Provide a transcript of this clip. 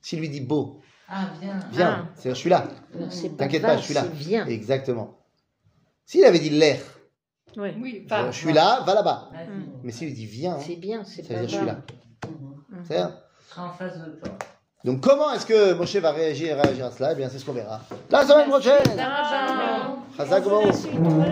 S'il lui dit beau, Ah, bien. viens, Ah. c'est- je suis là. Non, C'est pas T'inquiète va, pas, je suis là. c'est Viens. Exactement. S'il avait dit l'air, Ouais. Oui, genre, pas. je suis là, va là-bas. Vas-y. Mm. Mais s'il lui dit viens, C'est bien, c'est ça pas veut dire je suis va. là. Mhm. Mhm. C'est-à-dire, Sera en face de toi. Donc comment est-ce que Moshe va réagir, réagir à cela Eh bien, c'est ce qu'on verra. La semaine prochaine Ah, ben. Chazak Baruch.